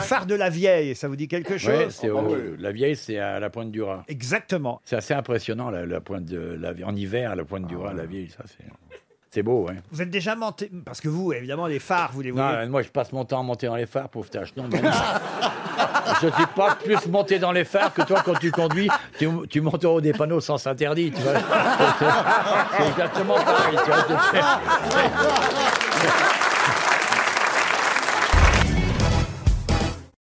phare de la vieille, ça vous dit quelque chose Ouais, c'est au- la vieille, c'est à la pointe du Raz. Exactement. C'est assez impressionnant, la, la pointe de la vie- En hiver, à la pointe du Raz, la vieille, ça, c'est. C'est beau, ouais. Vous êtes déjà monté, parce que vous, évidemment, les phares, vous les Non, voyez. euh, moi, je passe mon temps à monter dans les phares, pauvre tâche. Non, non. je suis pas plus monté dans les phares que toi quand tu conduis, tu, tu montes en haut des panneaux sans interdit, tu vois. C'est- C'est exactement pareil. tu vois.